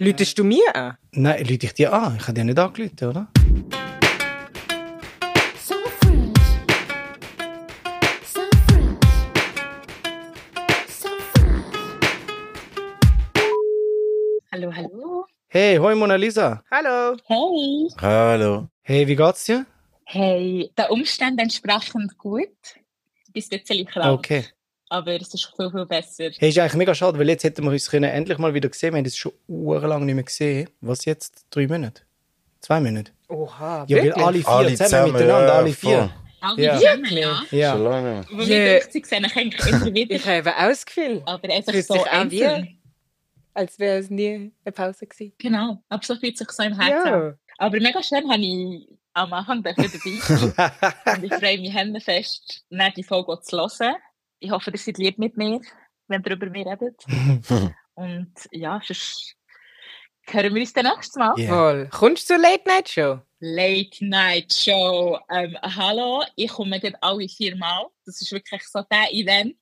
Lütest du mir an? Nein, Leute ich dir an. Ich habe dir nicht angelüht, oder? So fresh. So fresh. So fresh. Hallo, hallo. Hey, hoi Mona Lisa. Hallo. Hey. Hallo. Hey, wie geht's dir? Hey, den Umständen entsprechend gut. Ich bin ein bisschen krank, Okay. aber es ist viel, viel besser. Hey, ist eigentlich mega schade, weil jetzt hätten wir uns können endlich mal wieder gesehen. Wir haben es schon lang nicht mehr gesehen. Was jetzt? Drei Monate? Zwei Monate? Oha, Ja, weil alle wirklich? vier zusammen, miteinander, ja, alle vier. Alle Ja. zusammen, ja. Voll. Schon Ja. lange. nicht Wo Yeah. wir yeah. sind, sehe ich eigentlich immer Ich wieder. habe auch das Gefühl, Aber einfach Fühlt so sich an wie- einzeln. als wäre es nie eine Pause gewesen. Genau, aber so fühlt sich so im Herzen an. Aber mega schön habe ich am Anfang dafür dabei sein. Und ich freue mich händenfest, nach die Folge auch zu hören. Ich hoffe, ihr seid lieb mit mir, wenn ihr über mich redet. Und ja, sonst hören wir uns dann nächstes Mal. Yeah. Voll. Kommst du zur Late-Night-Show? Late Night Show. Ähm, hallo, ich komme dort alle viermal. Das ist wirklich so der Event,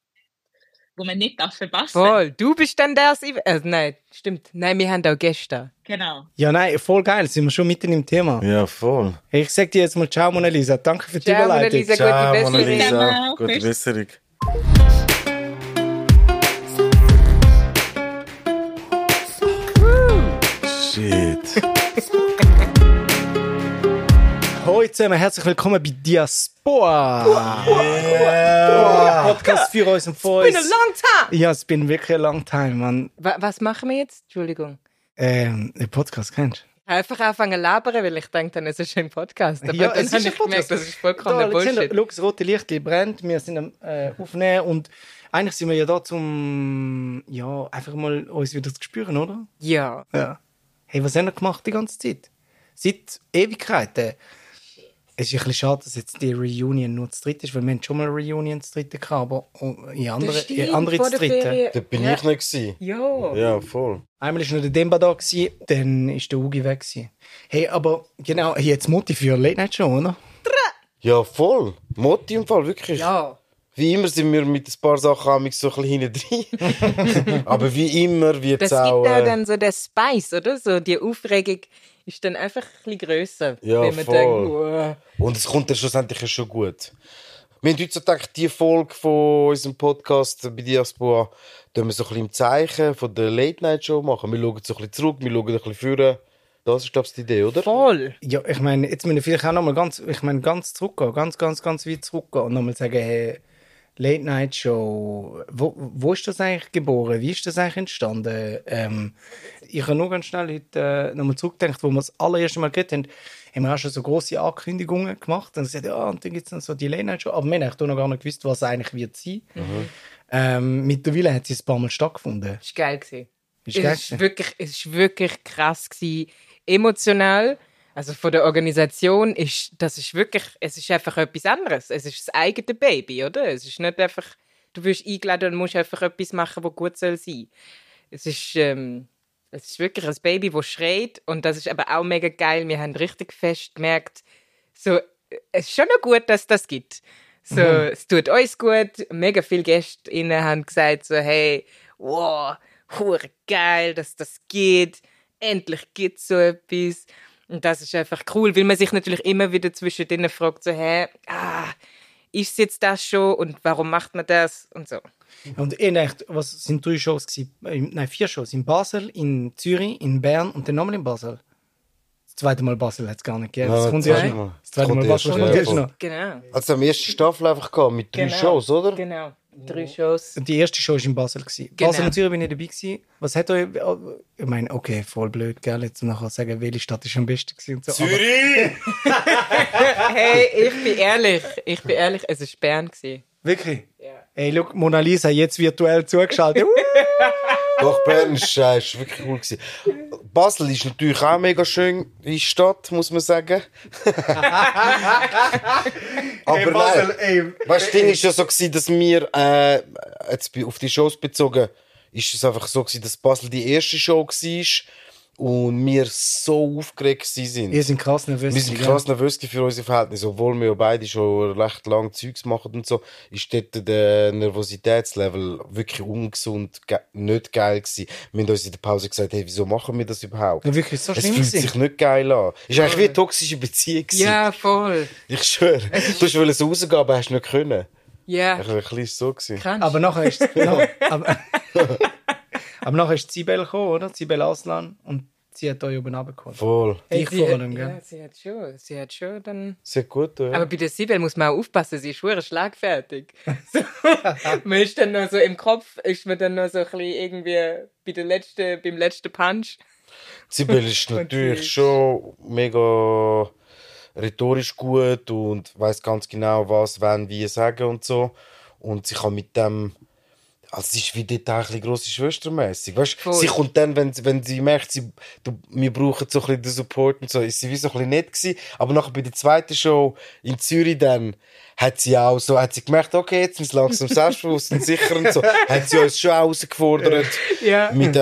wo man nicht darf verpassen Voll. Du bist dann das... Ev- Äh, nein, stimmt. Nein, wir haben auch Gäste. Genau. Ja, nein, voll geil. Sind wir schon mitten im Thema. Ja, voll. Hey, ich sag dir jetzt mal Ciao, Mona Lisa. Danke für die Ciao, Mona Überleitung. Lisa. gute Besserung. Mona Lisa. Ciao. Gute Tschüss. Besserung. Shit. Hallo zusammen, herzlich willkommen bei Diaspora. Yeah. Podcast für uns und für Been a uns. long time! Ja, es bin wirklich ein long time, Mann. Wa was machen wir jetzt? Entschuldigung. Ähm, den Podcast kennst du? Einfach anfangen zu labern, weil ich denke, dann ist es schon ein Podcast. Aber Ja, dann es ist habe ein ich gemerkt, Podcast. das ist Da, vollkommener Alexander, Bullshit. schau, das rote Licht brennt, wir sind am äh, Aufnehmen und eigentlich sind wir ja da zum, ja, einfach mal uns wieder zu spüren, oder? Ja. Ja. Hey, was haben wir gemacht die ganze Zeit? Seit Ewigkeiten. Es ist ein bisschen schade, dass jetzt die Reunion nur zu dritt ist, weil wir haben schon mal eine Reunion zu dritt gehabt, aber äh, in andere, in andere zu dritt. Da bin ich nicht gewesen. Ja. Ja, voll. Einmal war noch der Demba da, gewesen, dann war der Ugi weg. Gewesen. Hey, aber genau, hey, jetzt Mutti für Late Night Show, oder? Ja, voll. Motti im Fall, wirklich. Ja. Wie immer sind wir mit ein paar Sachen am so ein bisschen hinten drin. Aber wie immer, wie Das jetzt gibt auch. auch äh, dann so den Spice, oder? So die Aufregung ist dann einfach ein bisschen grösser, Ja, wenn man voll. denkt, wow. Und es kommt dann schlussendlich ja schon gut. Wir haben heutzutage die Folge von unserem Podcast bei Diaspora, da wir so ein bisschen im Zeichen von der Late-Night-Show machen. Wir schauen so ein bisschen zurück, wir schauen ein bisschen führen. Das ist, glaube ich, die Idee, oder? voll. Ja, ich meine, jetzt müssen wir vielleicht auch nochmal ganz, ich meine, ganz zurückgehen, ganz, ganz, ganz weit zurückgehen und nochmal sagen, hey, Late Night Show, wo, wo ist das eigentlich geboren? Wie ist das eigentlich entstanden? Ähm, ich habe nur ganz schnell heute äh, nochmal zurückgedacht, wo wir das allererste Mal geredet haben, haben wir auch schon so grosse Ankündigungen gemacht und gesagt, ja, und dann gibt es dann so die Late Night Show, aber wir haben eigentlich noch gar nicht gewusst, was es eigentlich wird sein. Ähm, mittlerweile hat sie ein paar Mal stattgefunden. Ist geil gewesen. Ist Es geil ist wirklich, es ist wirklich krass gewesen. Emotional, also von der Organisation ist, das ist wirklich, es ist einfach etwas anderes. Es ist das eigene Baby, oder? Es ist nicht einfach, du wirst eingeladen und musst einfach etwas machen, was gut soll sein. Es ist, ähm, es ist wirklich ein Baby, das schreit und das ist aber auch mega geil. Wir haben richtig fest gemerkt, so, äh, es ist schon noch gut, dass es das gibt. So, Mhm. es tut uns gut. Mega viele Gäste innen haben gesagt so, hey, wow, hure geil, dass das geht. Endlich gibt so etwas. Und das ist einfach cool, weil man sich natürlich immer wieder zwischendrin fragt so, hä, ah, ist jetzt das schon und warum macht man das und so. Und eh echt, was sind drei Shows gewesen? Ähm, Nein, vier Shows. In Basel, in Zürich, in Bern und dann nochmal in Basel. Das zweite Mal Basel hat es gar nicht gegeben. Nein, Das Ah, das kommt zweite erst Mal. noch. Das zweite Mal Basel kommt erst noch. Genau. Also, haben wir erste Staffel einfach gehabt, mit drei Genau. Shows, oder? Genau. Drei Shows. Die erste Show war in Basel. Gewesen. Genau. Basel und Zürich bin ich dabei. Gewesen. Was hat euch... Ich meine, okay, voll blöd, gell? Jetzt nachher sagen, welche Stadt ist am besten gewesen und so. Aber Zürich! Hey, ich bin ehrlich. Ich bin ehrlich, es war Bern. Gewesen. wirklich? Ey, look, Mona Lisa, jetzt virtuell zugeschaltet. Uh, Doch, Bern ist scheiße, wirklich cool. Gewesen. Basel ist natürlich auch mega schön in Stadt, muss man sagen. Aber nein. ey. Weißt du, das Ding ist ja so, gewesen, dass wir, äh, jetzt bei- auf die Shows bezogen, ist es einfach so, gewesen, dass Basel die erste Show war und wir so aufgeregt gewesen sind. Ihr seid krass nervös. Wir sind gell? krass nervös für unsere Verhältnisse, obwohl wir ja beide schon recht lange Zeugs machen und so, ist dort der Nervositätslevel wirklich ungesund, ge nicht geil gewesen. Wir haben uns in der Pause gesagt, hey, wieso machen wir das überhaupt? Ja, wirklich so es schlimm fühlt sich gewesen. nicht geil an. Ist eigentlich wie eine toxische Beziehung gewesen. Ja, voll. Ich schwöre. Du hast wollen so rausgehen, aber hast nicht können. Ja, Ich war ein bisschen so. Gewesen. kannst Aber nachher ist no, aber, aber nachher ist Zibel gekommen, oder? Zibel Aslan. Und sie hat euch oben runtergeholt. Voll. Hey, Dich sie vor hat- allem, gell? Ja, sie hat schon, sie hat schon dann... Sehr gut, ja. Aber bei der Sibel muss man auch aufpassen, sie ist schwer schlagfertig. So, man ist dann noch so im Kopf, ist man dann noch so ein bisschen irgendwie bei der letzten, beim letzten Punch. Zibel ist natürlich schon mega rhetorisch gut und weiß ganz genau, was, wann, wie sagen und so. Und sie kann mit dem. Also, sie ist wie dort auch ein bisschen grosse Schwestermäßig. Weißt du, Voll. sie kommt dann, wenn, sie- wenn sie merkt, sie, du, wir brauchen so ein bisschen den Support und so, ist sie wie so ein bisschen nett gewesen. Aber nachher bei der zweiten Show in Zürich dann, hat sie auch so, hat sie gemerkt, okay, jetzt sind wir langsam selbstbewusst und sicher und so, hat sie uns schon herausgefordert Ja. Mhm. mit, äh,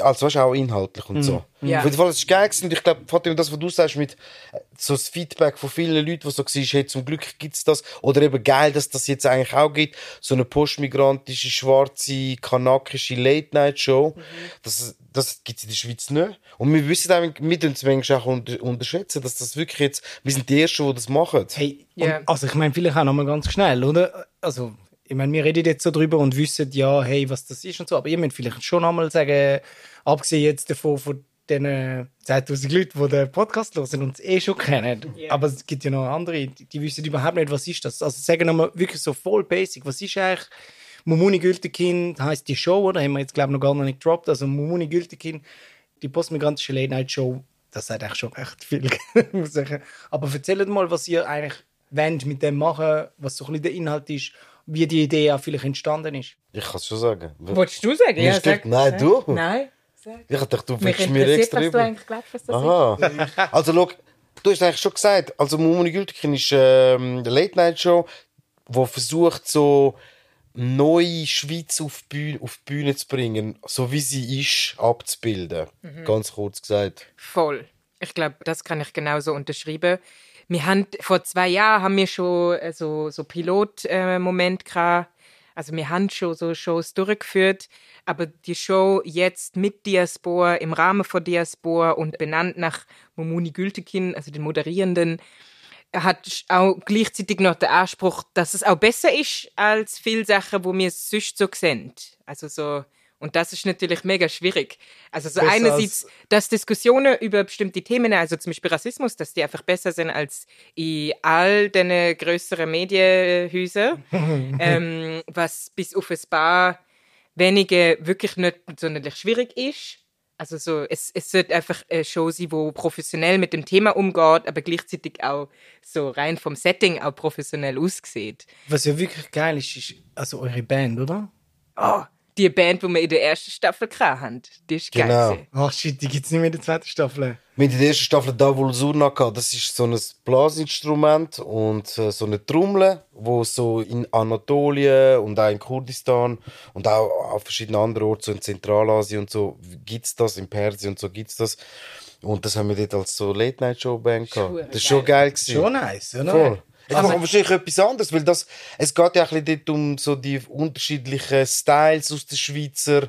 also weißt, auch inhaltlich und so. Ja. Auf jeden Fall, es war geil gewesen. und ich glaube, Fatima, das, was du sagst, mit äh, so das Feedback von vielen Leuten, die so war, hey, zum Glück gibt's das, oder eben geil, dass das jetzt eigentlich auch gibt, so eine postmigrantische, schwarze, kanakische Late-Night-Show, Mhm. das, das gibt's in der Schweiz nicht. Und wir wissen auch, wir tun es manchmal auch unter, unterschätzen, dass das wirklich jetzt, wir sind die Ersten, die das machen. Hey, Ja. und, also ich meine, vielleicht auch nochmal ganz schnell, oder? Also, ich meine, wir reden jetzt so drüber und wissen ja, hey, was das ist und so, aber ihr müsst vielleicht schon nochmal sagen, abgesehen jetzt davon von den 2000 Leuten, die den Podcast hören und es eh schon kennen, aber es gibt ja noch andere, die, die wissen überhaupt nicht, was ist das. Also sagen wir mal wirklich so voll basic, was ist eigentlich Mumuni Gültekind heißt die Show, oder? Haben wir jetzt, glaube ich, noch gar noch nicht gedroppt. Also Mumuni Gültekind, die postmigrantische Late Night Show, das sagt eigentlich schon recht viel. muss ich sagen. Aber erzählt mal, was ihr eigentlich wollt mit dem machen, was so ein bisschen der Inhalt ist, wie die Idee auch vielleicht entstanden ist. Ich kann es schon sagen. Wolltest du sagen? Mir stimmt- Nein, du. Nein, sag. Ich dachte, du Mich willst mir interessiert, extra was du über- eigentlich glaubst, was das Aha. also, schau, du hast eigentlich schon gesagt, also Mumuni Gültekin ist ähm, eine Late-Night-Show, die versucht, so neue Schweiz auf die, Bühne, auf die Bühne zu bringen, so wie sie ist, abzubilden. Ganz kurz gesagt. ist. Voll. Ich glaube, das kann ich genauso unterschreiben. Wir haben, vor zwei Jahren haben wir schon äh, so, so Pilot-Moment gehabt. Also wir haben schon so Shows durchgeführt, aber die Show jetzt mit Diaspora, im Rahmen von Diaspora und benannt nach Momuni Gültekin, also den Moderierenden, hat sch- auch gleichzeitig noch den Anspruch, dass es auch besser ist als viele Sachen, wo wir sonst so sehen. Also so, und das ist natürlich mega schwierig. Also so Besser einerseits, als- dass Diskussionen über bestimmte Themen, also zum Beispiel Rassismus, dass die einfach besser sind als in all den größeren Medienhäusern, ähm, was bis auf ein paar wenige wirklich nicht sonderlich schwierig ist. Also so, es, es sollte einfach eine Show sein, die professionell mit dem Thema umgeht, aber gleichzeitig auch so rein vom Setting auch professionell aussieht. Was ja wirklich geil ist, ist also eure Band, oder? Oh, die Band, die wir in der ersten Staffel hatten, die ist geil. Genau. gewesen. Oh shit, die gibt es nicht mehr in der zweiten Staffel. Wir hatten in der ersten Staffel Davul Surna gehabt. Das ist so ein Blasinstrument und äh, so eine Trommel, wo so in Anatolien und auch in Kurdistan und auch auf verschiedenen anderen Orten, so in Zentralasien und so, gibt's das, in Persien und so gibt's das. Und das haben wir dort als so Late-Night-Show-Band Schuhe, gehabt. Das ist schon geil gewesen. Schon nice, oder? Voll. Ich um- Also- mache wahrscheinlich etwas anderes, weil das, es geht ja auch ein bisschen dort um so die unterschiedlichen Styles aus der Schweizer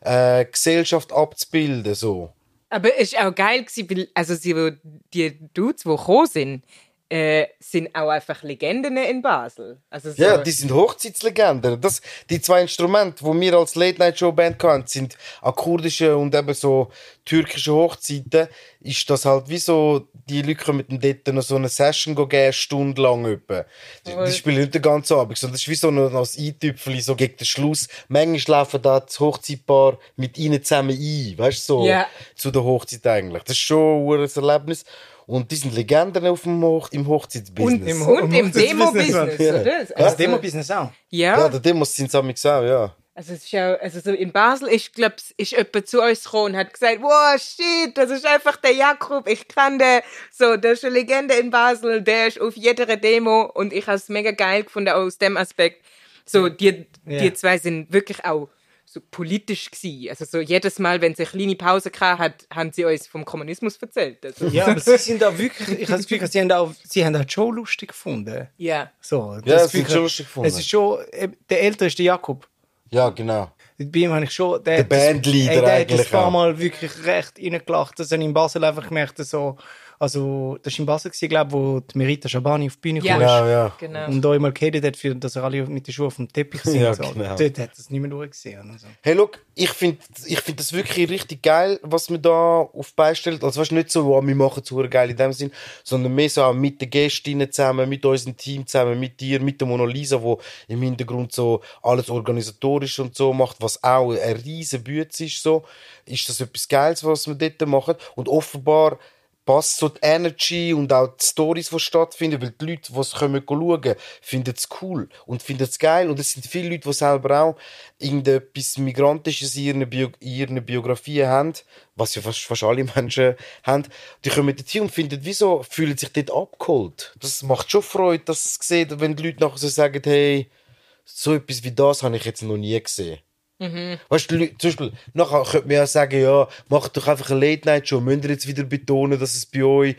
äh, Gesellschaft abzubilden. So. Aber es war auch geil, gewesen, weil also sie, wo- die Dudes, die gekommen sind, äh, sind auch einfach Legenden in Basel. Also so, Ja, die sind Hochzeitslegenden. Das, die zwei Instrumente, die wir als Late-Night-Show-Band hatten, sind an kurdischen und eben so türkischen Hochzeiten, ist das halt wie so, die Leute können mit dem dort noch so eine Session gehen, eine Stunde lang etwa. Die, Voll. die spielen nicht den ganzen Abend, sondern das ist wie so noch das Eintüpfchen, so gegen den Schluss. Manchmal laufen da das Hochzeitpaar mit ihnen zusammen ein, weißt du, so Ja. zu der Hochzeit eigentlich. Das ist schon ein verdammtes Erlebnis. Und die sind Legenden auf dem Hoch im Hochzeitsbusiness. und, Im Ho- und im Demo-Business, Ja. oder? Also, Das also Demo-Business auch. ja. Ja, der Demos sind es auch, ja. Also, es ist ja, also so in Basel ist, glaub's, ist jemand zu uns gekommen und hat gesagt, wow, shit, das ist einfach der Jakob, ich kann den, so, der ist eine Legende in Basel, der ist auf jeder Demo und ich habe es mega geil gefunden, auch aus dem Aspekt. So, die, Ja. die zwei sind wirklich auch so so politisch gewesen. Also so jedes Mal, wenn es eine kleine Pause gab, hat, haben sie uns vom Kommunismus erzählt. Also, Ja, aber sie sind da wirklich, ich habe das Gefühl, sie haben da, auch- sie haben das schon lustig gefunden. ja. So, das das Gefühl- sind schon lustig gefunden. Es ist schon, äh, der älteste Jakob. Ja, genau. Bei ihm habe ich schon... Der, Der Bandleader ey, der hat eigentlich ein paar auch. Mal wirklich recht reingelacht. Das habe ich in Basel einfach gemerkt. So, also, das war in Basel, gewesen, glaube ich, wo die Merita Schabani auf die Bühne Ja. kam. Ja, ja. Genau. Und da immer geredet hat, für, dass er alle mit den Schuhen auf dem Teppich sind. Ja, und so. genau. Dort hat es niemand durchgesehen. Also. Hey, look, ich finde ich find das wirklich richtig geil, was man da auf die Beine stellt. Also, weißt du, nicht so, wow, wir machen es verdammt geil in dem Sinn, sondern mehr so auch mit den Gästinnen zusammen, mit unserem Team zusammen, mit dir, mit der Mona Lisa, wo im Hintergrund so alles organisatorisch und so macht, was auch eine riesen Bütze ist, so. Ist das etwas Geiles, was wir dort machen? Und offenbar, passt so die Energy und auch die Stories, die stattfinden, weil die Leute, die es kommen schauen, finden es cool und finden es geil. Und es sind viele Leute, die selber auch irgendetwas Migrantisches in ihren, Bio in ihren Biografien haben, was ja fast, fast alle Menschen haben. Die kommen dorthin und finden, wieso fühlen sich dort abgeholt. Das macht schon Freude, dass es sieht, wenn die Leute nachher so sagen, hey, so etwas wie das habe ich jetzt noch nie gesehen. Weißt du, die Leute- zum Beispiel, nachher könnte man ja sagen, ja, macht doch einfach eine Late-Night-Show, müsst ihr jetzt wieder betonen, dass es bei euch.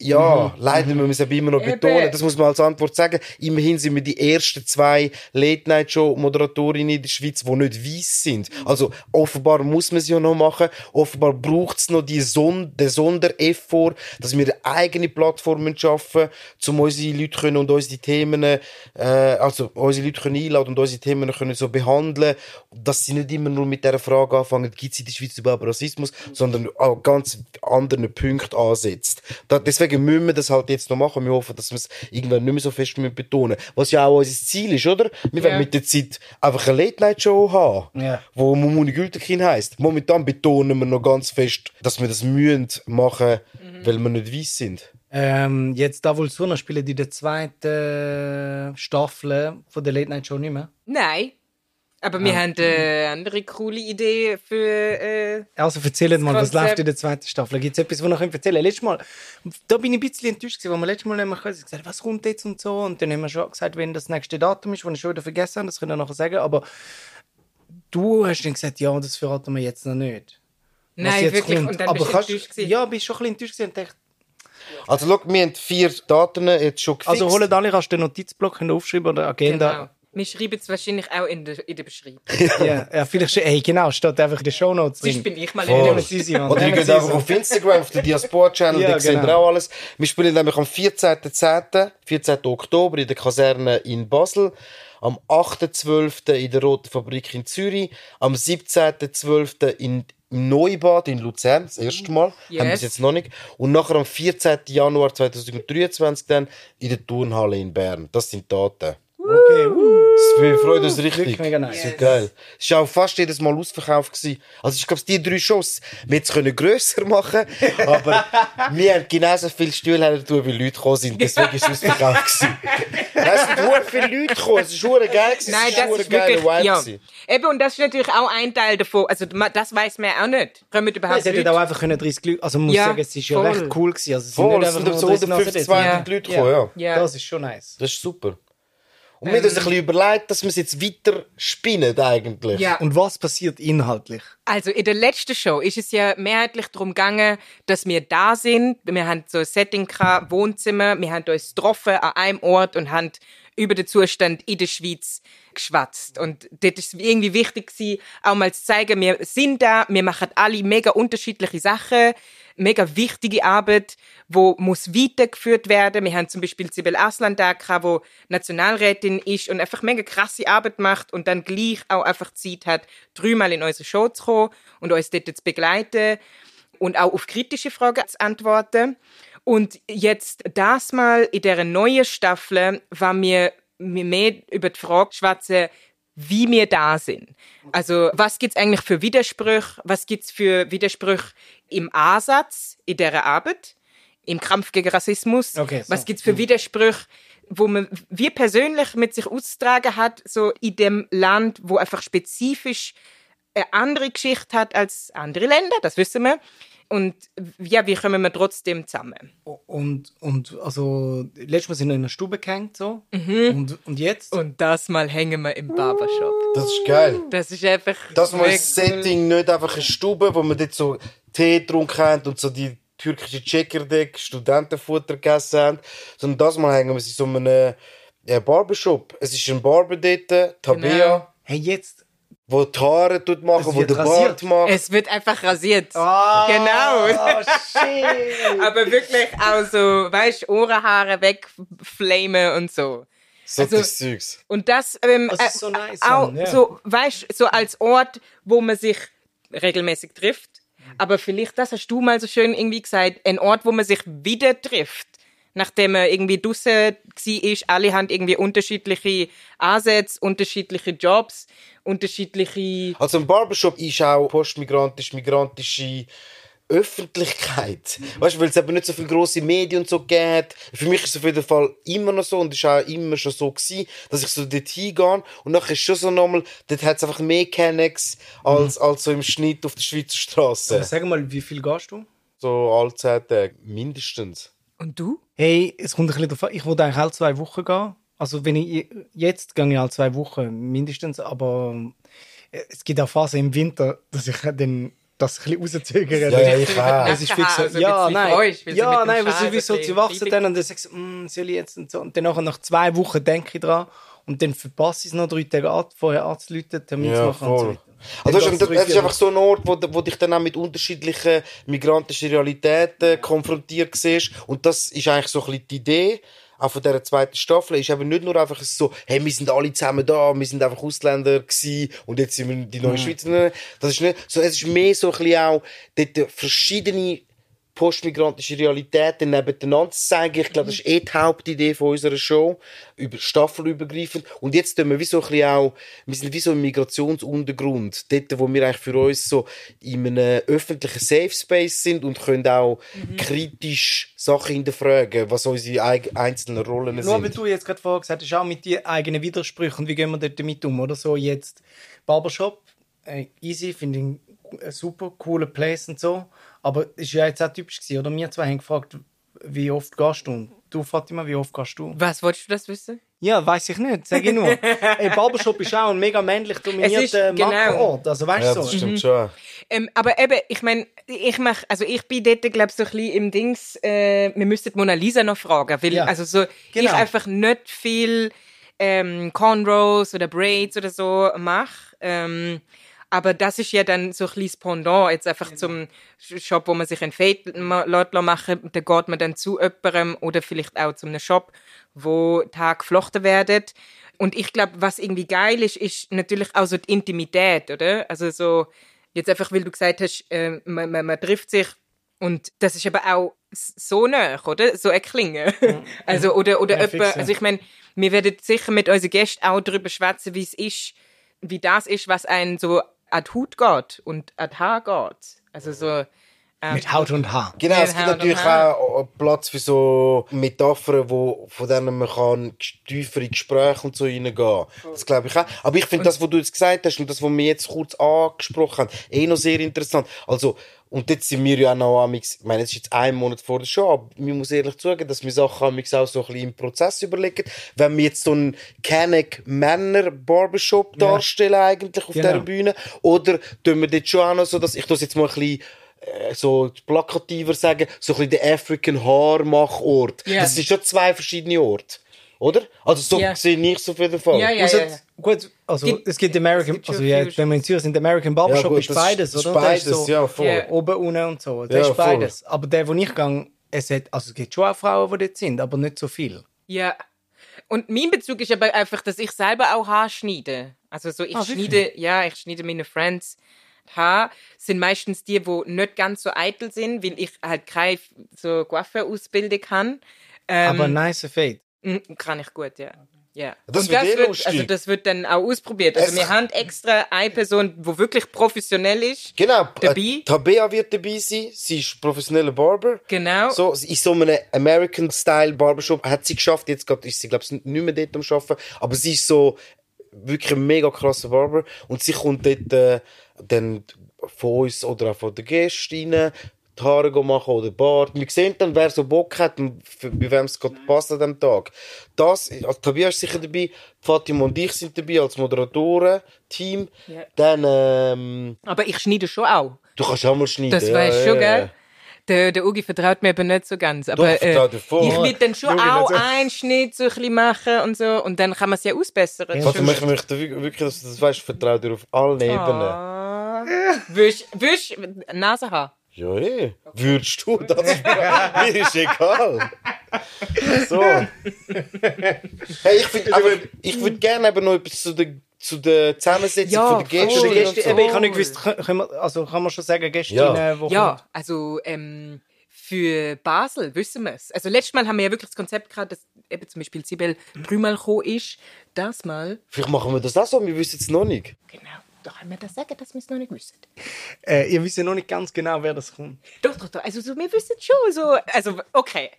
Ja, leider müssen wir es aber immer noch Eben. betonen. Das muss man als Antwort sagen. Immerhin sind wir die ersten zwei Late-Night-Show-Moderatorinnen in der Schweiz, die nicht weiss sind. Also, offenbar muss man es ja noch machen. Offenbar braucht es noch die Son den Sondereffort, dass wir eine eigene Plattformen schaffen, um unsere Leute können und unsere Themen, äh, also, unsere Leute können einladen und unsere Themen können so behandeln, dass sie nicht immer nur mit der Frage anfangen, gibt es in der Schweiz überhaupt Rassismus, sondern an ganz anderen Punkten ansetzt. Da, deswegen müssen wir das halt jetzt noch machen. Wir hoffen, dass wir es irgendwann nicht mehr so fest müssen betonen Was ja auch unser Ziel ist, oder? Wir Ja. werden mit der Zeit einfach eine Late-Night-Show haben, Ja. wo Mumuni Gültekin heisst. Momentan betonen wir noch ganz fest, dass wir das müssen machen, Mhm. weil wir nicht weiss sind. Ähm, jetzt da wohl Suna spielen die der zweiten Staffel von der Late Night Show nicht mehr. Nein. Aber wir haben eine andere coole Idee für. Äh, Also erzählt mal, was Konzept- läuft in der zweiten Staffel? Gibt es etwas, was noch erzählen könnt? Letztes Mal, da bin ich ein bisschen enttäuscht gewesen, wo wir letztes Mal nicht mehr können. gesagt haben, was kommt jetzt und so. Und dann haben wir schon gesagt, wenn das nächste Datum ist, das ich schon wieder vergessen habe, das können wir nachher sagen. Aber du hast dann gesagt, ja, das verraten wir jetzt noch nicht. Was nein, jetzt wirklich. kommt. Und dann Aber bist du kannst- enttäuscht gewesen. Ja, bist schon ein bisschen enttäuscht gewesen und dachte, Also, schau, wir haben vier Daten jetzt schon gefixt. also holen alle, kannst du den Notizblock könnt ihr aufschreiben oder Agenda. Genau. Wir schreiben es wahrscheinlich auch in der, in der Beschreibung. Ja, ja, vielleicht schon. Ey, genau, steht einfach in den Shownotes Sonst drin. bin Also ich mal Voll. in Nehmen der Sie sie, Mann. Oder ihr Nehmen geht Sie einfach sie. auf Instagram, auf den Diaspora-Channel, Ja, da seht ihr genau. auch alles. Wir spielen nämlich am 14.10., 14. Oktober in der Kaserne in Basel, am 8.12. in der Roten Fabrik in Zürich, am 17.12. in im Neubad in Luzern, das erste Mal, Yes. haben wir es jetzt noch nicht. Und nachher am 14. Januar 2023 dann in der Turnhalle in Bern. Das sind die Daten. Okay, uh, Das- Wir freuen uns richtig. Wirklich mega nice. Das ist geil. Es war auch fast jedes Mal ausverkauft. Gewesen. Also, ich glaube, die drei Shows, wir hätten es können grösser machen aber wir haben genauso viele Stühle haben tun, wie Leute gekommen sind. Deswegen war es ausverkauft. Gewesen. Nein, Es sind sehr viele Leute gekommen. Es war hure geil. Gewesen. Nein, es war das hure ist geiler wirklich, Vibe. ja. gewesen. Eben, und das ist natürlich auch ein Teil davon. Also, ma- das weiß man auch nicht. Kommen überhaupt Es hätte Leute? auch einfach können 30 Leute. Also, man muss Ja, sagen, es ist ja voll. recht cool gewesen. Also, es sind Voll, nicht es einfach sind so nur 30 Nasen 150, dort. 200 Leute Ja. gekommen, ja. Ja. Ähm. Das ist schon nice. Das ist super. Und wir haben uns ein bisschen überlegt, dass wir es jetzt weiter spinnen, eigentlich. Ja. Und was passiert inhaltlich? Also in der letzten Show ist es ja mehrheitlich darum gegangen, dass wir da sind. Wir haben so ein Setting gehabt, Wohnzimmer, wir haben uns getroffen an einem Ort und haben über den Zustand in der Schweiz geschwatzt. Und dort ist es irgendwie wichtig gewesen, auch mal zu zeigen, wir sind da, wir machen alle mega unterschiedliche Sachen, mega wichtige Arbeit, wo muss weitergeführt werden. Wir haben zum Beispiel Sibel Aslan da gehabt, wo Nationalrätin ist und einfach mega krasse Arbeit macht und dann gleich auch einfach Zeit hat, dreimal in unsere Show zu kommen und uns dort zu begleiten und auch auf kritische Fragen zu antworten. Und jetzt das mal in dieser neuen Staffel war mir mir mehr über die Frage schwatzen, wie wir da sind. Also was gibt's eigentlich für Widersprüche? Was gibt's für Widersprüche im Ansatz in dieser Arbeit? Im Kampf gegen Rassismus? Okay, so. Mhm. Was gibt's für Widersprüche, wo man wie persönlich mit sich auszutragen hat, so in dem Land, wo einfach spezifisch eine andere Geschichte hat als andere Länder, das wissen wir. und ja, wie kommen wir trotzdem zusammen? Und, und also, letztes Mal sind wir in einer Stube gehängt so. Und, und jetzt? Mhm. Und das mal hängen wir im Barbershop. Das ist geil. Das ist einfach. Dass man wirklich- das Setting nicht einfach eine Stube, wo man dort so Tee getrunken hat und so die türkische Checkerdeck, Studentenfutter gegessen haben, sondern das mal hängen wir sie in so einem äh, Barbershop. Es ist ein Barber dort, Tabea, Genau. Hey, jetzt? wo die Haare tut Es machen, wo wird der rasiert. Bart macht. Es wird einfach rasiert. Ah, Genau. Oh, shit. Aber wirklich auch so, weißt du, Ohrenhaare wegflamen und so. so also- das Zeugs. Und das, ähm, Das ist so nice, auch Mann, ja. so, weißt so als Ort, wo man sich regelmäßig trifft. Aber vielleicht, das hast du mal so schön irgendwie gesagt, ein Ort, wo man sich wieder trifft. Nachdem man irgendwie draussen war, ist, alle haben irgendwie unterschiedliche Ansätze, unterschiedliche Jobs, unterschiedliche. Also ein Barbershop ist auch postmigrantisch-migrantische Öffentlichkeit. Weißt du, weil es eben nicht so viele grosse Medien und so gegeben hat. Für mich ist es auf jeden Fall immer noch so und ist auch immer schon so gewesen, dass ich so dort hingehe und nachher ist schon so nochmal, dort hat es einfach mehr Kennex als, als so im Schnitt auf der Schweizer Straße. Sag mal, wie viel gehst du? So alle zehn Tage, mindestens. Und du? Hey, es kommt ein bisschen davon. Ich wollte eigentlich alle zwei Wochen gehen. Also wenn ich je- jetzt gehe ich alle zwei Wochen mindestens, aber äh, es gibt auch Phasen im Winter, dass ich dann das ein bisschen rauszögere. Ja, ja, ich weiß. Es ist fix so, ja, nein, ja, nein, weil sie wie so, sie wachsen dann und dann sagst du, «Mm, soll ich jetzt und so. Und dann nachher nach zwei Wochen denke ich dran und dann verpasse ich es noch drei Tage an, vorher anzuleuten, Termin zu Ja, machen und so voll. weiter. Also das Dann geht's ist, das ist drei, einfach so ein Ort, wo, du- wo dich dann auch mit unterschiedlichen migrantischen Realitäten konfrontiert siehst. Und das ist eigentlich so ein bisschen die Idee auch von dieser zweiten Staffel. Ist eben nicht nur einfach so, hey, wir sind alle zusammen da, wir sind einfach Ausländer gewesen und jetzt sind wir die neuen Schweizer. Das ist nicht, so, es ist mehr so ein bisschen auch dort verschiedene postmigrantische Realitäten nebeneinander zu zeigen. Ich glaube, das ist eh die Hauptidee von unserer Show, über staffelübergreifend. Und jetzt tun wir wie so ein bisschen auch, wir sind wie so im Migrationsuntergrund, dort, wo wir eigentlich für uns so in einem öffentlichen Safe Space sind und können auch Mhm. kritisch Sachen hinterfragen, was unsere eig- einzelnen Rollen Nur weil sind. du jetzt gerade vorher gesagt hast, auch mit den eigenen Widersprüchen und wie gehen wir dort damit um, oder so jetzt Barbershop, äh, easy, finde ich ein super, cooler Place und so, aber ist ja jetzt auch typisch gewesen, oder? Wir zwei haben gefragt, wie oft gehst du? Und Du, Fatima, wie oft gehst du? Was wolltest du das wissen? Ja, weiß ich nicht, sag ich nur. Ey, Barbershop ist auch ein mega männlich Es dominierter ist- genau. Makroort, also weißt Ja, du das so. stimmt schon. Ähm, aber eben, ich meine, ich mach, also ich bin dort, glaube ich, so ein bisschen im Dings, äh, wir müssten die Mona Lisa noch fragen, weil Ja. also so, ich Genau. einfach nicht viel ähm, Cornrows oder Braids oder so mache. Ähm, aber das ist ja dann so ein bisschen das Pendant, jetzt einfach zum Shop, wo man sich ein Fade ma- lässt machen da geht man dann zu jemandem oder vielleicht auch zu einem Shop, wo Tag geflochten werden. Und ich glaube, was irgendwie geil ist, ist natürlich auch so die Intimität, oder? Also so, jetzt einfach, weil du gesagt hast, äh, man, man, man trifft sich und das ist aber auch s- so nah, oder? So eine Klinge. Also, oder, oder Ja, ja, fix, ja. also ich meine, wir werden sicher mit unseren Gästen auch darüber schwätzen, wie es ist, wie das ist, was einen so an die Haut geht und an die Haar geht. Also so, Mit Haut und Haar. Genau, es gibt Genau, natürlich genau. auch äh, Platz für so Metaphern, wo, von denen man kann tiefer in Gespräche und so reingehen Das glaube ich auch. Aber ich finde das, was du jetzt gesagt hast und das, was wir jetzt kurz angesprochen haben, eh noch sehr interessant. Also, und jetzt sind wir ja auch noch amix, ich meine, es ist jetzt ein Monat vor der Show, aber man muss ehrlich zugeben, dass wir Sachen amix auch so ein bisschen im Prozess überlegen. Wenn wir jetzt so einen Kenneck-Männer-Barbershop darstellen eigentlich auf Genau. dieser Bühne, oder tun wir dort schon auch noch so, dass ich das jetzt mal ein bisschen äh, so plakativer sagen, so ein bisschen der African Haarmachort. Ja. Das sind schon zwei verschiedene Orte. Oder? Also so Ja. sehe ich es auf jeden Fall. Ja, ja. Also, Gut, also Gibt- es gibt American, es gibt schon also ja, viel- wenn wir in Zürich sind, American Barbershop gut, ist das ist- beides, das ist oder? Da beides, ja, voll. Ja. Oben, unten und so. Das Ja, ist beides. Aber der, wo ich gehe, es, hat, also es gibt schon auch Frauen, die dort sind, aber nicht so viel. ja. Und mein Bezug ist aber einfach, dass ich selber auch Haar schneide. Also so, Ah, ich schneide, ja, ich schneide meine Friends Haar. Sind meistens die, wo nicht ganz so eitel sind, weil ich halt keine so Coiffeur-Ausbildung habe. Ähm, aber nice Fade. Mm, Kann ich gut, ja. ja. Das Und wird eh lustig. Also das wird dann auch ausprobiert. Also Es- wir haben extra eine Person, die wirklich professionell ist. Genau. Dabei? Äh, Tabea wird dabei sein. Sie ist professionelle Barber. Genau. So, in so einem American-Style-Barbershop hat sie geschafft. Jetzt grad ist sie, glaube ich, nicht mehr dort am Arbeiten. Aber sie ist so wirklich ein mega krasser Barber. Und sie kommt dort äh, dann von uns oder auch von den Gästen rein, die Haare go machen oder Bart. Wir sehen dann, wer so Bock hat und für- bei wem es gerade passt an dem Tag. Das, also Tobias ist sicher dabei, Fatima und ich sind dabei als Moderatoren-Team. Ja. Dann, ähm, Aber ich schneide schon auch. du kannst auch mal schneiden. Das weißt du schon, gell? Der, der Ugi vertraut mir eben nicht so ganz. Aber äh, vertraut dir ich voll. will dann schon Schau, auch wenn du- einen Schnitt so ein bisschen machen und so. Und dann kann man es ja ausbessern. Das ist Fatima, schon- ich möchte wirklich, dass du das weißt, vertraue dir auf allen Ebenen. Ah. Wisch, wisch, Nasenhaar. Ja, eh. Würdest du das? Mir ist egal. So. Hey, ich finde, aber ich würde gerne eben noch etwas zu der, zu der Zusammensetzung Ja, von der Gäste. voll. und Gäste, so. eben, ich habe nicht gewusst, können- können wir, also kann man schon sagen, Gäste, Ja. wo Ja, also ähm, für Basel wissen wir es. Also letztes Mal haben wir ja wirklich das Konzept gehabt, dass eben zum Beispiel Sibel dreimal gekommen ist. Das Mal, Vielleicht machen wir das auch so, wir wissen es noch nicht. genau, da können wir das sagen, dass wir es noch nicht wissen. kommt. Äh, ihr wisst ja noch nicht ganz genau, wer das kommt. Doch, doch, doch. Also so, wir wissen schon. So, also okay,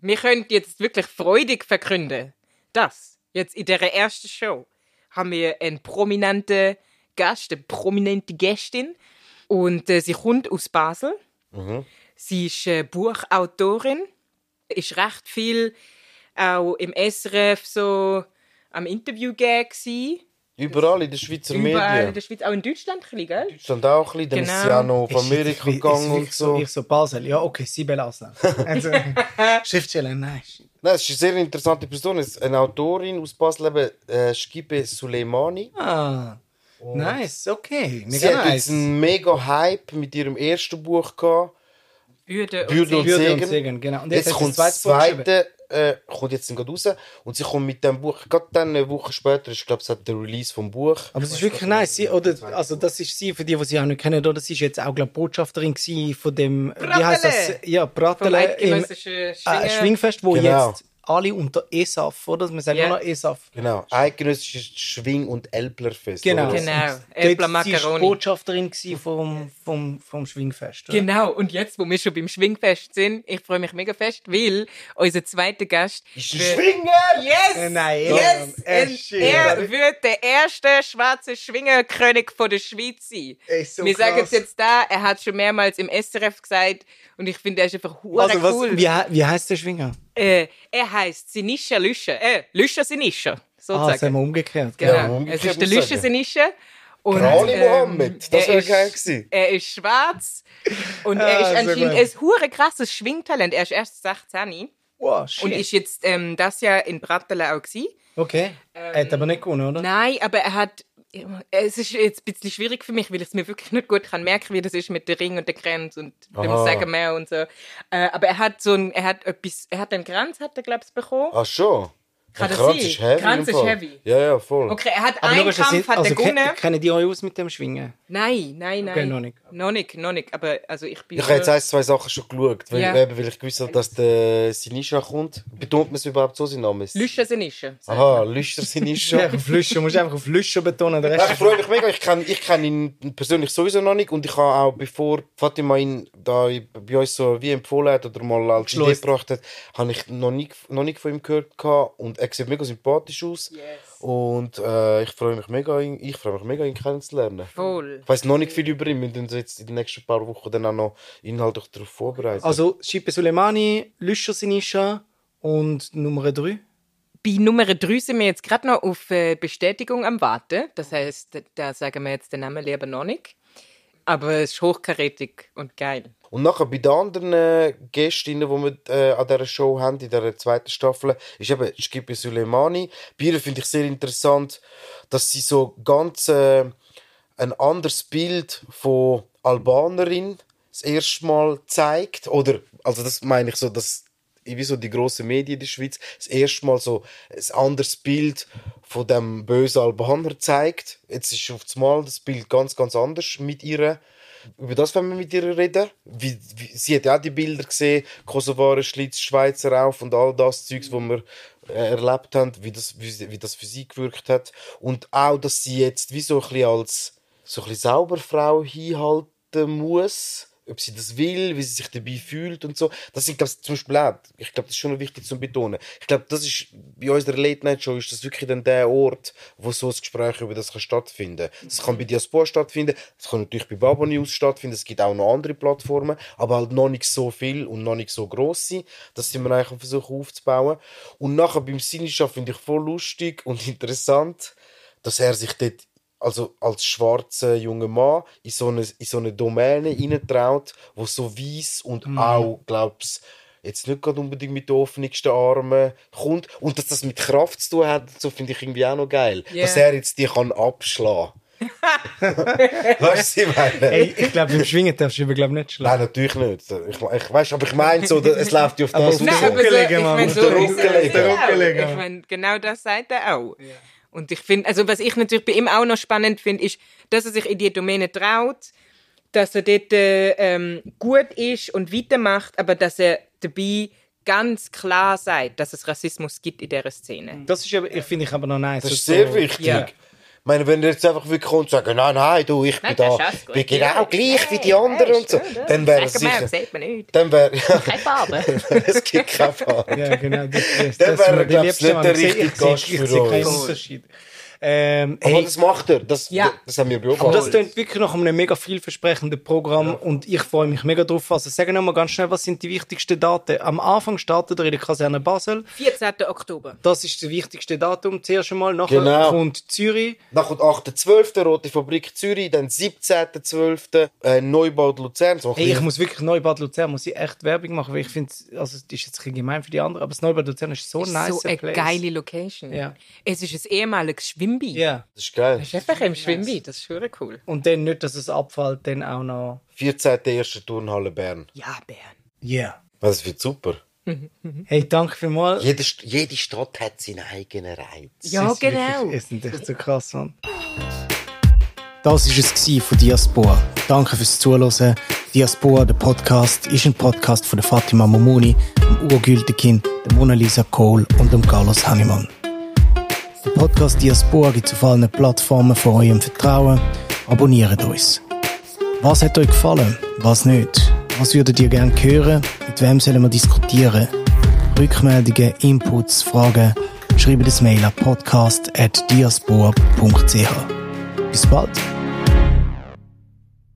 wir können jetzt wirklich freudig verkünden, dass jetzt in der ersten Show haben wir einen prominenten Gast, eine prominente Gästin und äh, sie kommt aus Basel. Sie ist äh, Buchautorin, ist recht viel auch im SRF so am Interview gsi. Überall in den Schweizer Überall in Medien. der Schweiz, auch in Deutschland, ein bisschen, gell? Deutschland auch ein bisschen, dann ist sie Genau. auch noch auf Ist jetzt Amerika wie- ist gegangen wie und so. Ich so Basel, ja, okay, Sibel Aslan. Also, Schriftsteller, nein. shit. Nein, es ist eine sehr interessante Person. Es ist eine Autorin aus Basel, eben, äh, Schibe Suleimani. Ah, nice, okay, Sie mega hat jetzt nice. einen mega Hype mit ihrem ersten Buch gehabt. Würde und Bürde und Segen. Würde und Segen. Segen, genau. Und Jetzt, jetzt hat sie kommt ein zweites das Buch geschrieben. zweite, äh, kommt jetzt gerade raus. Und sie kommt mit dem Buch, gerade dann eine Woche später, ich glaube, es hat der Release vom Buch. Aber es ist wirklich nice. Sie, oder, also das ist sie, für die, die sie auch nicht kennen, oder? Sie ist jetzt auch, glaube ich, Botschafterin gewesen von dem, äh, wie heißt das? Brattele. Ja, vom Bratele im eidgenössischen äh, Schwingen. Schwingfest, wo Genau. jetzt alle unter E ESAF, oder? Man sagt Ja. nur noch E ESAF. Genau. Eidgenössisches Schwing- und Elblerfest. Genau. oder? Genau. Und Äppler dort- Sie war Macaroni. Botschafterin gewesen vom, vom, vom Schwingfest. Oder? Genau, und jetzt, wo wir schon beim Schwingfest sind, ich freue mich mega fest, weil unser zweiter Gast. Ist ein wird- Schwinger! Yes! Äh, nein, yes! äh, äh, Und shit. er wird der erste schwarze Schwingerkönig von der Schweiz sein. Ey, so wir sagen es krass. jetzt da, er hat schon mehrmals im SRF gesagt und ich finde, er ist einfach hure Also, was, cool. wie, he- wie heißt der Schwinger? Ah, äh, er heißt Sinischa Lüscher. Äh, Lüscher Sinischa, Ah, das haben sozusagen. wir umgekehrt. genau. Ja, umgekehrt es ist der muss ich Lüscher sagen. Sinischa. Und, Rali ähm, Mohammed, das er wäre ist- geil gewesen. Er ist schwarz und er Ah, ist sehr anscheinend gut. ein hure krasses Schwingtalent. Er ist erst 16 Wow, und shit. ist jetzt ähm, das Jahr in Bratteln auch gewesen. okay. er hat aber nicht gewonnen, oder? ähm, Nein, aber er hat. Es ist jetzt ein bisschen schwierig für mich, weil ich es mir wirklich nicht gut kann merken, wie das ist mit dem Ring und der Grenz und dem Aha. Sägemeer und so. Äh, aber er hat so ein, er hat etwas, er hat einen Kranz, hat er glaube ich Ah. bekommen. Ach schon. Kann Der das Kranz sein? ist heavy. Kranz im ist Fall. heavy. Ja, ja, voll. Okay, er hat Aber einen schau, es Kampf, sind- hat also, er gewonnen. ke- Kennen die euch aus mit dem Schwingen? Nein, nein, nein. Okay, noch nicht. Noch nicht, noch nicht. Aber also ich bin. Ich habe jetzt ein, zwei Sachen schon geschaut, weil, Ja. eben, weil ich gewusst habe, dass der Sinisha kommt. Betont man es überhaupt so, sein Name ist? Lüsche Sinische. Aha, Lüscher Sinisha. Ja, auf Lüscher, musst einfach auf Lüscher betonen. Der Rest Nein, ich freue mich mega. Ich kenne ich kenn ihn persönlich sowieso noch nicht. Und ich habe auch, bevor Fatima ihn da bei uns so wie empfohlen hat oder mal als Idee Geschlossen. gebracht hat, habe ich noch nicht, noch nicht von ihm gehört. gehabt. Und er sieht mega sympathisch aus. Und äh, ich freue mich mega, ihn, ich freue mich mega, ihn kennenzulernen. Voll. Ich weiß noch nicht viel über ihn. Wir müssen uns jetzt in den nächsten paar Wochen dann auch noch inhaltlich darauf vorbereiten. Also Schippe Suleimani, Lüscher Sinisha und Nummer 3. Bei Nummer 3 sind wir jetzt gerade noch auf äh, Bestätigung am Warten. Das heißt, da sagen wir jetzt den Namen lieber noch nicht. Aber es ist hochkarätig und geil. Und nachher bei den anderen äh, Gästinnen, die wir äh, an dieser Show haben, in dieser zweiten Staffel, ist eben Skippe Suleimani. Bei ihr finde ich sehr interessant, dass sie so ganz äh, ein anderes Bild von Albanerin das erste Mal zeigt. Oder, also das meine ich so, dass wie so die grossen Medien in der Schweiz das erste Mal so ein anderes Bild von dem bösen Albaner zeigt. Jetzt ist auf das Mal das Bild ganz, ganz anders mit ihr. Über das wollen wir mit ihr reden. Wie, wie, sie hat ja auch die Bilder gesehen, Kosovarer Schlitz, Schweizer Rauf und all das Zeugs, wo wir äh, erlebt haben, wie das, wie, wie das für sie gewirkt hat. Und auch, dass sie jetzt wie so ein bisschen als so ein bisschen Sauberfrau hinhalten muss. ob sie das will, wie sie sich dabei fühlt und so. Das sind, glaube ich, zum Beispiel auch, ich glaube, das ist schon noch wichtig zu betonen. Ich glaube, das ist, bei unserer Late-Night-Show ist das wirklich dann der Ort, wo so ein Gespräch über das kann stattfinden kann. Das kann bei Diaspora stattfinden, das kann natürlich bei Babo News stattfinden, es gibt auch noch andere Plattformen, aber halt noch nicht so viel und noch nicht so gross sind. Das sind wir eigentlich am Versuchen aufzubauen. Und nachher beim Sinneschaff finde ich voll lustig und interessant, dass er sich dort also als schwarzer junger Mann in so eine, in so eine Domäne reintraut, wo so weiß und auch, glaub's, jetzt nicht gerade unbedingt mit den offensten Armen kommt. Und dass das mit Kraft zu tun hat, so finde ich irgendwie auch noch geil. Ja. Dass er jetzt die kann abschlagen. weißt du, was ich meine? Ey, ich glaube, im Schwingen darfst du eben glaub, nicht Nein, schlagen. natürlich nicht. Ich, ich weiß, aber ich meine so, es läuft ja auf Aber das auf den raus. aber so, Rücken ich legen, Mann. mein, Auf so den ist Rücken es legen. ja Auf den Rücken auch. legen. Ich mein, genau das sagt er auch. Und ich finde, also was ich natürlich bei ihm auch noch spannend finde, ist, dass er sich in die Domäne traut, dass er dort äh, ähm, gut ist und weitermacht, aber dass er dabei ganz klar sagt, dass es Rassismus gibt in dieser Szene. Das ist, aber- ich finde ich aber noch nice. Das ist so- sehr wichtig. Ja. Ich meine, wenn er jetzt einfach wirklich kommt und sagt, nein, nein, du, ich bin Nein, das da, ist alles bin gut. genau Ja, gleich wie die anderen und so, dann wäre es Sagt man, sicher, sagt man nicht. dann wäre, Keine Farbe. es gibt keine Farbe. Ja, genau. Das, das, Dann das wäre er, mir die glaub's, Liebste, nicht Mann. der Ich sehe- richtige ich sehe- Gast Ich für sehe keinen uns. Unterschied. Ähm, Aber hey, das macht er, das, Ja. das haben wir beobachtet. aber das klingt wirklich nach einem mega vielversprechenden Programm und ich freue mich mega drauf. Also sagen wir mal ganz schnell, was sind die wichtigsten Daten? Am Anfang startet er in der Kaserne Basel. 14. Oktober. Das ist das wichtigste Datum zuerst einmal. Nachher Genau. kommt Zürich. Dann kommt 8.12. Rote Fabrik Zürich, dann 17.12. Äh, Neubau Luzern. So ein Hey, ich bisschen- muss wirklich Neubad Luzern muss ich echt Werbung machen, weil ich finde, also das ist jetzt ein bisschen gemein für die anderen, aber das Neubad Luzern ist so ein Oh, nice so eine Place. geile Location. Ja. Es ist ein ehemaliges Schwimmbad. Ja. das ist geil. Das ist einfach im Schwimmbad, das ist schon cool. Und dann nicht, dass es abfällt, dann auch noch. 14.1. Turnhalle Bern. Ja, Bern. Yeah. Das wird super. Hey, danke vielmals. Jede, St- jede Stadt hat seinen eigenen Reiz. Ja, Es ist wirklich- genau. Es sind echt so krass, Mann. Das war es gewesen von Diaspora. Danke fürs Zuhören. Diaspora, der Podcast, ist ein Podcast von der Fatima Momoni, dem urgültigen Kind, der Mona Lisa Cole und dem Carlos Hannemann. Der Podcast Diaspora gibt es auf allen Plattformen von eurem Vertrauen. Abonniert uns. Was hat euch gefallen? Was nicht? Was würdet ihr gerne hören? Mit wem sollen wir diskutieren? Rückmeldungen, Inputs, Fragen? Schreibt das Mail an podcast.diaspora.ch. Bis bald!